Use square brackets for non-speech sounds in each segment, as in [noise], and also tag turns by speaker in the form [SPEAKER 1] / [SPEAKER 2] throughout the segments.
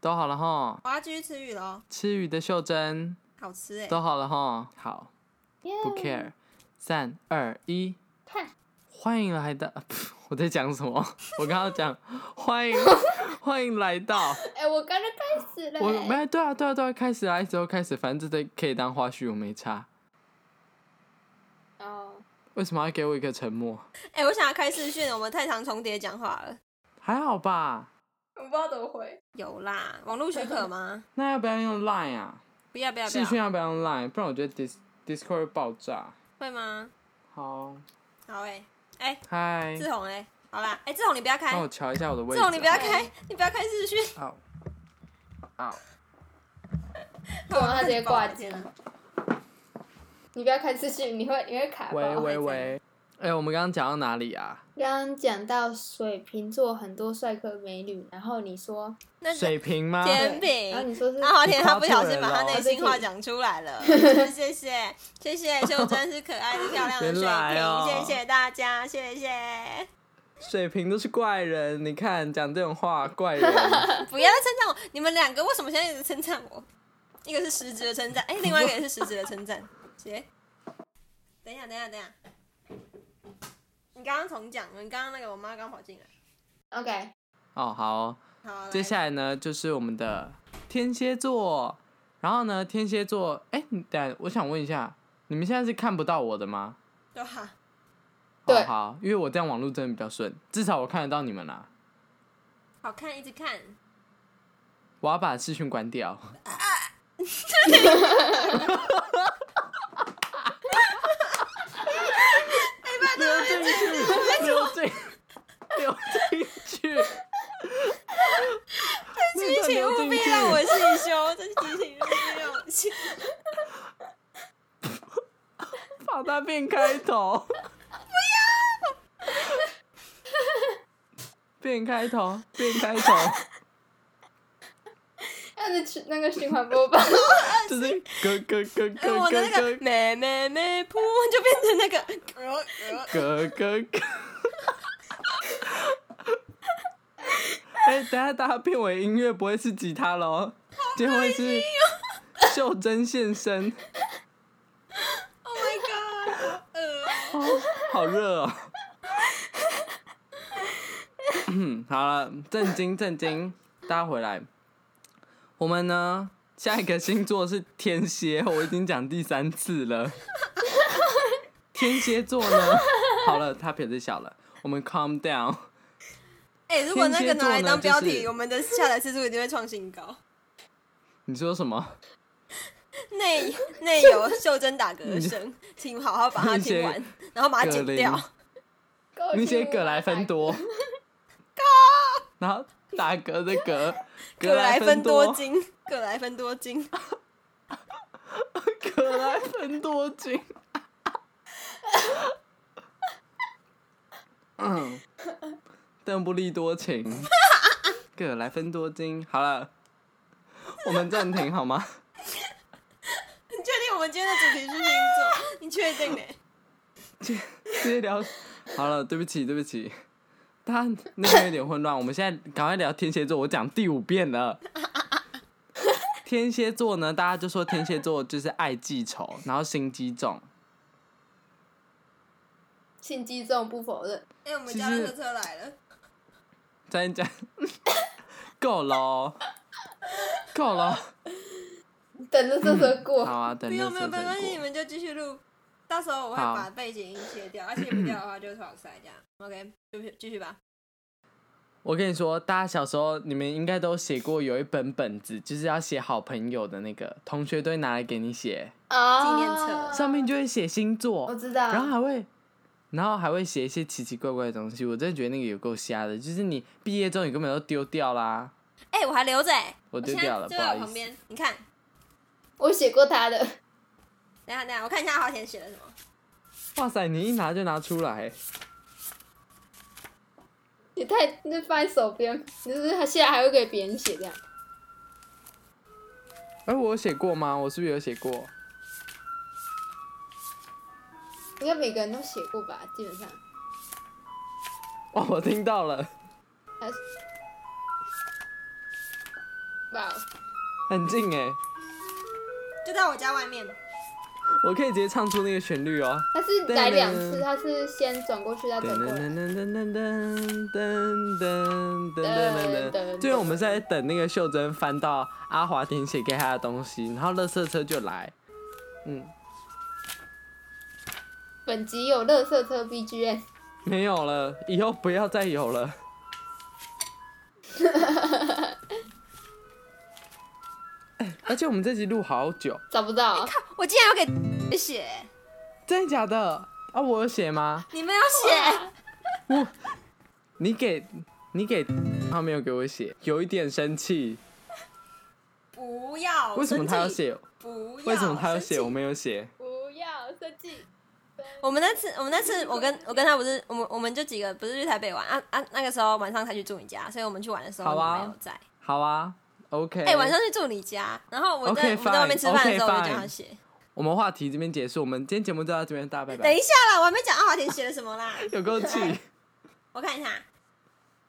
[SPEAKER 1] 都好了哈。
[SPEAKER 2] 我要啊继续吃鱼喽，
[SPEAKER 1] 吃鱼的袖珍
[SPEAKER 2] 好吃哎、
[SPEAKER 1] 都好了哈。好，
[SPEAKER 3] 耶
[SPEAKER 1] 不 care。三二一，
[SPEAKER 3] 看
[SPEAKER 1] 欢迎来到。 [laughs] 啊噗我在讲什么？我刚刚讲欢迎欢迎来到。
[SPEAKER 3] 哎、我刚刚开始了、
[SPEAKER 1] 我
[SPEAKER 3] 欸，
[SPEAKER 1] 没对啊对啊对啊，开始来之后开始，反正这都可以当花絮，我没差。
[SPEAKER 3] 哦，
[SPEAKER 1] 为什么要给我一个沉默？
[SPEAKER 2] 哎、我想要开视讯了，我们太常重叠讲话了。
[SPEAKER 1] 还好吧？
[SPEAKER 3] 我不知道怎么回。
[SPEAKER 2] 有啦，网络许
[SPEAKER 1] [laughs]
[SPEAKER 2] 可吗？
[SPEAKER 1] 那要不要用 Line 啊？
[SPEAKER 2] 不要不要不
[SPEAKER 1] 视讯啊
[SPEAKER 2] 要，
[SPEAKER 1] 要不要用 Line？不然我觉得 Dis Discord 会爆炸。
[SPEAKER 2] 会吗？
[SPEAKER 1] 好，
[SPEAKER 2] 好哎、哎、
[SPEAKER 1] 嗨，
[SPEAKER 2] 志宏哎、好啦，哎、志宏你不要开
[SPEAKER 1] 帮，嗯我瞧一下我的位
[SPEAKER 2] 志
[SPEAKER 1] 置。
[SPEAKER 2] 宏你不要
[SPEAKER 3] 哦
[SPEAKER 2] 开，你不要开视讯，
[SPEAKER 1] 好。好，
[SPEAKER 3] [laughs] [laughs] 对，啊他直接挂机了。你不要看资讯，你会你哦会卡
[SPEAKER 1] 喂
[SPEAKER 3] 爆。
[SPEAKER 1] 喂喂，哎、我们刚刚讲到哪里啊？
[SPEAKER 3] 刚刚讲到水瓶座很多帅哥美女，然后你说
[SPEAKER 2] [laughs] 那
[SPEAKER 1] 水平吗？
[SPEAKER 2] 天饼
[SPEAKER 3] 对然后你说是
[SPEAKER 2] 阿华田他不小
[SPEAKER 1] 哦
[SPEAKER 2] 心把他内心话讲出来
[SPEAKER 3] [laughs]
[SPEAKER 2] 了，谢谢谢谢，秀珍是可爱的漂亮的
[SPEAKER 1] [laughs]
[SPEAKER 2] 水
[SPEAKER 1] 原来哦
[SPEAKER 2] 瓶，谢谢大家，谢谢。
[SPEAKER 1] 水平都是怪人，你看讲这种话，怪
[SPEAKER 3] [laughs]
[SPEAKER 1] 人。
[SPEAKER 2] 不要再称赞我，你们两个为什么现在一直称赞我？一个是实质的称赞，哎、另外一个也是实质的称赞。姐，等一下，等一下，等一下，你刚刚重讲，你刚刚那个我妈刚跑进来。
[SPEAKER 3] OK，
[SPEAKER 1] 哦，好哦
[SPEAKER 2] 好，
[SPEAKER 1] 接下来呢就是我们的天蝎座，然后呢天蝎座，哎、你等下我想问一下，你们现在是看不到我的吗？
[SPEAKER 2] 来对吧？
[SPEAKER 3] 对
[SPEAKER 1] 哦好，因为我这样网络真的比较顺，至少我看得到你们啦。
[SPEAKER 2] 好看，一直看。
[SPEAKER 1] 我要把视讯关掉。流进去，流进，流进去。那
[SPEAKER 2] 剧
[SPEAKER 1] 段
[SPEAKER 2] 情
[SPEAKER 1] 流
[SPEAKER 2] 务
[SPEAKER 1] 进
[SPEAKER 2] 必
[SPEAKER 1] 去
[SPEAKER 2] 让我细修，这剧情务必让我细。
[SPEAKER 1] [laughs] 放大变开头，不要，变开头，变开头，
[SPEAKER 3] 按着那个循环播放。
[SPEAKER 1] 就是咯咯咯
[SPEAKER 2] 哎，
[SPEAKER 1] 咯
[SPEAKER 2] 我的
[SPEAKER 1] 咯
[SPEAKER 2] 那个
[SPEAKER 1] 咯
[SPEAKER 2] 妹妹妹噗，就变成
[SPEAKER 1] [laughs]
[SPEAKER 2] 那个呃呃
[SPEAKER 1] 咯咯咯。 [laughs] 哎、等一下大家变为音乐不会是吉他喽，就会是袖珍现身，
[SPEAKER 2] ，Oh my god，呃，
[SPEAKER 1] 好热哦。嗯，好了，震惊震惊，大家回来。我们呢，下一个星座是天蝎，我已经讲第三次了。天蝎座呢，好了，他撇子小了，我们 calm down。
[SPEAKER 2] 哎，如果那个拿来当标
[SPEAKER 1] 天蝎座呢就
[SPEAKER 2] 题，
[SPEAKER 1] 是
[SPEAKER 2] 我们的下载次数一定会创新高。
[SPEAKER 1] 你说什么？ [laughs]
[SPEAKER 2] 内内有袖珍打嗝
[SPEAKER 1] 嗯
[SPEAKER 2] 声，请好好把它听完，然后把它剪掉
[SPEAKER 1] 格。 [laughs] 你写葛莱芬
[SPEAKER 2] [laughs]
[SPEAKER 1] 多，然后打嗝的嗝，
[SPEAKER 2] [laughs] 葛莱
[SPEAKER 1] 芬
[SPEAKER 2] 芬多金，葛莱芬多金，
[SPEAKER 1] [laughs] 葛莱芬多金。嗯，邓布利多
[SPEAKER 2] [laughs]
[SPEAKER 1] 情，葛莱芬多金。好了，我们暂停好吗？
[SPEAKER 2] 你确定我们今天的主题是星
[SPEAKER 1] [laughs]
[SPEAKER 2] 座？你确定没？
[SPEAKER 1] 直接聊。好了，对不起，对不起，他那个有点混乱。我们现在赶快聊天蝎座，我讲第五遍了。天蝎座呢，大家就说天蝎座就是爱记仇，然后心机重。
[SPEAKER 3] 性激重不否认。
[SPEAKER 2] 哎，我们
[SPEAKER 1] 其
[SPEAKER 2] 家的
[SPEAKER 1] 实
[SPEAKER 2] 车车来了，
[SPEAKER 1] 再讲，够了哦，够了哦。
[SPEAKER 3] 等着这首过，
[SPEAKER 1] 好啊，等
[SPEAKER 2] 不
[SPEAKER 1] 热
[SPEAKER 2] 用
[SPEAKER 1] 色
[SPEAKER 2] 没有没关系，你
[SPEAKER 1] 水果。
[SPEAKER 2] 们就继续录。到时候我会
[SPEAKER 1] 好
[SPEAKER 2] 把背景音切掉，而且不掉的话就重塞
[SPEAKER 1] [laughs]
[SPEAKER 2] 这样。OK，继续继续吧。
[SPEAKER 1] 我跟你说，大家小时候你们应该都写过有一本本子，就是要写好朋友的那个，同学都会拿来给你写，
[SPEAKER 3] 啊
[SPEAKER 2] 纪念册
[SPEAKER 1] 上面就会写星
[SPEAKER 2] 哦
[SPEAKER 1] 座。
[SPEAKER 3] 我知道，
[SPEAKER 1] 然后
[SPEAKER 2] 嗯
[SPEAKER 1] 还会，然后还会写一些奇奇怪怪的东西。我真的觉得那个有够瞎的，就是你毕业之后你根本都丢掉啦。
[SPEAKER 2] 哎、我还留着哎、
[SPEAKER 1] 我丢
[SPEAKER 2] 现在
[SPEAKER 1] 掉了
[SPEAKER 2] 就
[SPEAKER 1] 不
[SPEAKER 2] 在
[SPEAKER 1] 好
[SPEAKER 2] 我
[SPEAKER 1] 意
[SPEAKER 2] 旁
[SPEAKER 1] 思
[SPEAKER 2] 边，你看，
[SPEAKER 3] 我写过他的，
[SPEAKER 2] 等一下等一下，我看一下阿华田写了什么。
[SPEAKER 1] 哇塞，你一拿就拿出来，
[SPEAKER 3] 也太那放在手边，就是他现在还会给别人写这样。
[SPEAKER 1] 哎，我有写过吗？我是不是有写过？
[SPEAKER 3] 应该每个人都写过吧，基本上。
[SPEAKER 1] 哇，我听到了，
[SPEAKER 3] 还是哇哦，
[SPEAKER 1] 很近哎、
[SPEAKER 2] 就在我家外
[SPEAKER 1] [laughs]
[SPEAKER 2] 面。
[SPEAKER 1] 我可以直接唱出那个旋律哦。
[SPEAKER 3] 他是来两次，他是先转过去再
[SPEAKER 1] 噔噔噔噔噔噔噔噔噔
[SPEAKER 3] 转过来。
[SPEAKER 1] 噔噔噔噔，就是我们在等那个秀珍翻到阿华田写给她的东西，然后垃圾车就来，嗯，
[SPEAKER 3] 本集有乐色车 BGM，
[SPEAKER 1] 没有了，以后不要再有
[SPEAKER 2] [laughs]
[SPEAKER 1] 了。哎而且我们这集录好久，
[SPEAKER 3] 找不到，
[SPEAKER 2] 我竟然有给写，
[SPEAKER 1] 真的假的？啊，我有写吗？
[SPEAKER 2] 你没有
[SPEAKER 1] [laughs]
[SPEAKER 2] 写，
[SPEAKER 1] 你给，你给，他没有给我写，有一点生气。
[SPEAKER 2] 不要。
[SPEAKER 1] 为什么他要
[SPEAKER 2] 生气？
[SPEAKER 1] 写？
[SPEAKER 2] 不要。
[SPEAKER 1] 为什么他要写？
[SPEAKER 2] 生气
[SPEAKER 1] 我没有写。
[SPEAKER 3] 不要生气。
[SPEAKER 2] 我们那次，我们那次，我跟我跟他不是，我们我们就几个不是去台北玩啊啊，那个时候晚上才去住你家，所以我们去玩的时候
[SPEAKER 1] 好啊
[SPEAKER 2] 你没有在。
[SPEAKER 1] 好啊，OK。
[SPEAKER 2] 哎、晚上去住你家，然后我在
[SPEAKER 1] OK，
[SPEAKER 2] 我们在外面
[SPEAKER 1] fine，
[SPEAKER 2] 吃饭的时候
[SPEAKER 1] OK，
[SPEAKER 2] 我就叫他
[SPEAKER 1] fine
[SPEAKER 2] 写。
[SPEAKER 1] 我们话题这边结束，我们今天节目就到这边，大家拜
[SPEAKER 2] 等
[SPEAKER 1] 拜
[SPEAKER 2] 一。下啦，我还没讲阿华田写了什么啦，
[SPEAKER 1] 有够气，
[SPEAKER 2] 我看一下，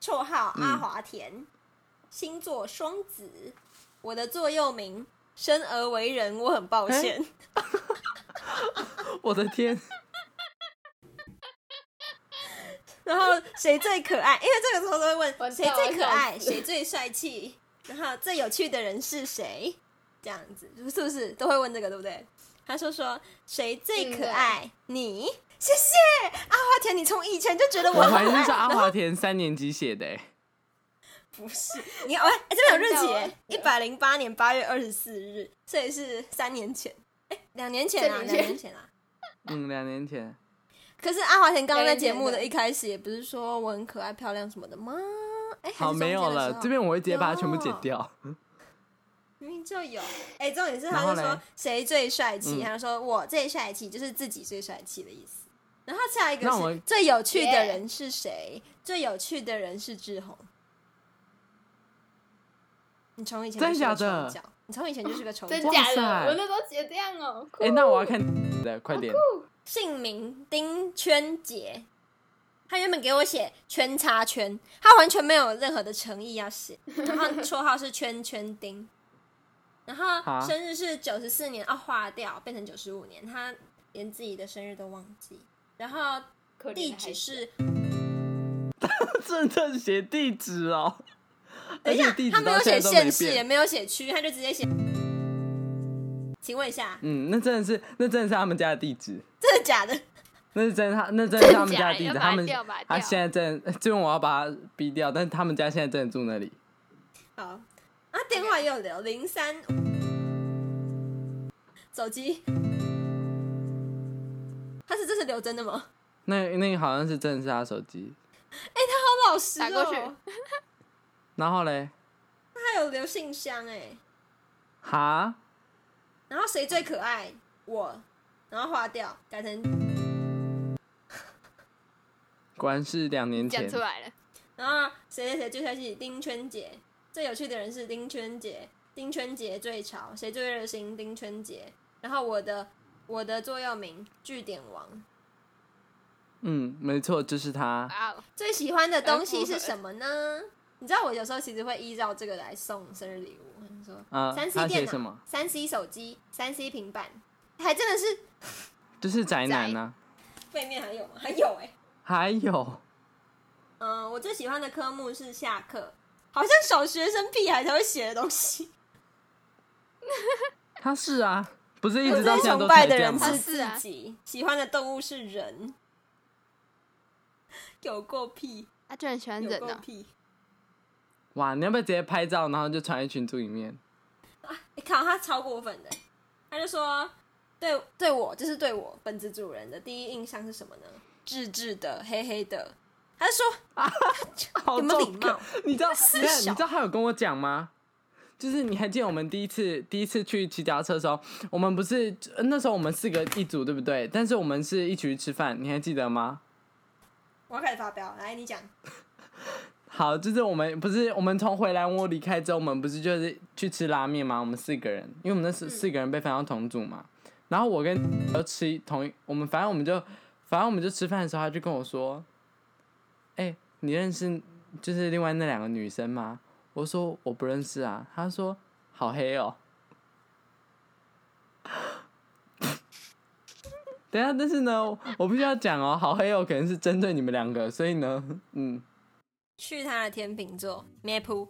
[SPEAKER 2] 绰号
[SPEAKER 1] 嗯
[SPEAKER 2] 阿华田，星座双子，我的座右铭：生而为人，我很抱歉。
[SPEAKER 1] 我的天，
[SPEAKER 2] [laughs] 然后谁最可爱？因为这个时候都会
[SPEAKER 3] 完
[SPEAKER 2] 问
[SPEAKER 3] 蛋
[SPEAKER 2] 谁最可爱，
[SPEAKER 3] 我想死
[SPEAKER 2] 谁最帅气，然后最有趣的人是谁？这样子是不是都会问这个，对不对？他说说谁
[SPEAKER 3] 嗯
[SPEAKER 2] 最可爱？你谢谢阿华田，你从以前就觉得我
[SPEAKER 1] 我
[SPEAKER 2] 很
[SPEAKER 1] 怀
[SPEAKER 2] 可
[SPEAKER 1] 疑是
[SPEAKER 2] 爱，
[SPEAKER 1] 阿华田三年级写的、欸，
[SPEAKER 2] 不是你哎、哎这边有日期哎，一
[SPEAKER 3] 真的
[SPEAKER 2] 百零八年八月二十四日，所以是三年前，哎、两年前啊，
[SPEAKER 3] 三年
[SPEAKER 2] 两
[SPEAKER 3] 前
[SPEAKER 2] 年前啊。
[SPEAKER 1] 嗯，两年前，
[SPEAKER 2] 可是阿华田刚刚在
[SPEAKER 3] 两年
[SPEAKER 2] 节
[SPEAKER 3] 前
[SPEAKER 2] 目的
[SPEAKER 3] 的
[SPEAKER 2] 一开始也不是说我很可爱漂亮什么的吗？哎、还是
[SPEAKER 1] 好
[SPEAKER 2] 中间
[SPEAKER 1] 没有
[SPEAKER 2] 的时
[SPEAKER 1] 了，
[SPEAKER 2] 候
[SPEAKER 1] 这边我会直接把它全部剪掉。
[SPEAKER 2] 明明就有，哎、重点是
[SPEAKER 1] 然
[SPEAKER 2] 他
[SPEAKER 1] 后
[SPEAKER 2] 就
[SPEAKER 1] 嘞
[SPEAKER 2] 说谁最帅气，
[SPEAKER 1] 嗯
[SPEAKER 2] 他就说我最帅气，就是自己最帅气的意思。然后下一个
[SPEAKER 1] 那我
[SPEAKER 2] 是最有趣的
[SPEAKER 3] Yeah
[SPEAKER 2] 人是谁？最有趣的人是志宏。你从以前就是个
[SPEAKER 1] 真假的
[SPEAKER 2] 丑角，你从以前就是个丑角
[SPEAKER 3] 真。假的
[SPEAKER 1] 哇塞，
[SPEAKER 3] 我那时候写这样哦、酷
[SPEAKER 1] 哎、那我要看的，快点，
[SPEAKER 2] 姓名丁圈杰，他原本给我写圈叉圈，他完全没有任何的诚意要写。然后绰号是圈圈丁，然
[SPEAKER 1] 啊
[SPEAKER 2] 后生日是九十四年，哦，划掉变成九十五年，他连自己的生日都忘记。然后
[SPEAKER 3] 可怜的
[SPEAKER 2] 地
[SPEAKER 3] 孩
[SPEAKER 2] 址
[SPEAKER 3] 子
[SPEAKER 2] 是，
[SPEAKER 1] [laughs] 真的写地址哦、
[SPEAKER 2] 等一下
[SPEAKER 1] 而且哎地，址
[SPEAKER 2] 他没有
[SPEAKER 1] 到
[SPEAKER 2] 写
[SPEAKER 1] 现在都没
[SPEAKER 2] 县市，
[SPEAKER 1] 变
[SPEAKER 2] 也没有写区，他就直接写。请问一下，
[SPEAKER 1] 嗯，那真的是，那真的是他们家的地址，
[SPEAKER 2] 真的假的？
[SPEAKER 1] 那是真的他，那真的是他们
[SPEAKER 3] 真
[SPEAKER 1] 家
[SPEAKER 3] 假
[SPEAKER 1] 的地址，
[SPEAKER 3] 要把它
[SPEAKER 1] 他们
[SPEAKER 3] 掉把它
[SPEAKER 1] 他
[SPEAKER 3] 掉
[SPEAKER 1] 现在真的， [laughs] 这边我要把它逼掉，但是他们家现在真的住那里。
[SPEAKER 2] 好，啊，电话也有留零三，手机，他是这是刘真的吗？ [laughs] 哎
[SPEAKER 1] 那那个好像是真的是他手机，
[SPEAKER 2] 好老实
[SPEAKER 3] 打过去
[SPEAKER 2] 哦，
[SPEAKER 1] 然后嘞，
[SPEAKER 2] 他有留信箱哎，
[SPEAKER 1] 哈，
[SPEAKER 2] 然后谁最可爱？我，然后划掉，改成，
[SPEAKER 1] 果然是两年
[SPEAKER 3] 讲
[SPEAKER 1] 前
[SPEAKER 3] 出。来了，
[SPEAKER 2] 然后谁谁谁最帅气？丁圈姐，最有趣的人是丁圈姐，丁圈姐最潮，谁最热心？丁圈姐，然后我的我的座右铭据点王，
[SPEAKER 1] 嗯，没错，就是他。
[SPEAKER 3] 哇哦，
[SPEAKER 2] 最喜欢的东西是什么呢？你知道我有时候其实会依照这个来送生日礼物，我就
[SPEAKER 1] 啊
[SPEAKER 2] 说
[SPEAKER 1] 他
[SPEAKER 2] 三 C
[SPEAKER 1] 写
[SPEAKER 2] 电
[SPEAKER 1] 什
[SPEAKER 2] 脑
[SPEAKER 1] 么、
[SPEAKER 2] 三 C 手机、三 C 平板，还真的是
[SPEAKER 1] 就是宅男呐、
[SPEAKER 2] 背面还有吗？还有哎、
[SPEAKER 1] 还有，
[SPEAKER 2] 嗯、我最喜欢的科目是下课，好像小学生屁孩才会写的东西。
[SPEAKER 1] 他是啊，不是一
[SPEAKER 2] 我
[SPEAKER 1] 直到
[SPEAKER 2] 最
[SPEAKER 1] 现在都
[SPEAKER 2] 崇拜
[SPEAKER 1] 才
[SPEAKER 2] 的
[SPEAKER 1] 这样
[SPEAKER 2] 人
[SPEAKER 1] 吗？
[SPEAKER 2] 是
[SPEAKER 3] 他是
[SPEAKER 2] 自
[SPEAKER 3] 啊
[SPEAKER 2] 己，喜欢的动物是人。有够屁，
[SPEAKER 3] 他居然喜欢哦
[SPEAKER 2] 有
[SPEAKER 3] 人
[SPEAKER 2] 够
[SPEAKER 3] 呢、
[SPEAKER 2] 屁！
[SPEAKER 1] 哇，你要不要直接拍照，然后就传在群组里面？
[SPEAKER 2] 你看欸他超过分的，他就说对对我就是对我本子主人的第一印象是什么呢？智智的，黑黑的。他就说
[SPEAKER 1] 好
[SPEAKER 2] 有没有
[SPEAKER 1] 重
[SPEAKER 2] 礼貌？
[SPEAKER 1] 你知道，你看你
[SPEAKER 2] 啊小
[SPEAKER 1] 知道他有跟我讲吗？就是你还记得我们第一次第一次去骑脚踏车的时候，我们不是呃那时候我们四个一组对不对？但是我们是一起去吃饭，你还记得吗？
[SPEAKER 2] 我要开始发飙，来你讲。
[SPEAKER 1] 好，就是我们不是我们从回来我离开之后，我们不是就是去吃拉面吗？我们四个人，因为我们那四四个人被分到同组嘛。然后我跟都吃同一，我们反正我们就反正我们就吃饭的时候，他就跟我说：“哎、你认识就是另外那两个女生吗？”我说我不认识啊，他说好黑哦。 [laughs] 等一下，但是呢，我必须要讲哦，好黑哦，可能是针对你们两个，所以呢，嗯，
[SPEAKER 2] 去他的天秤座，咩噗！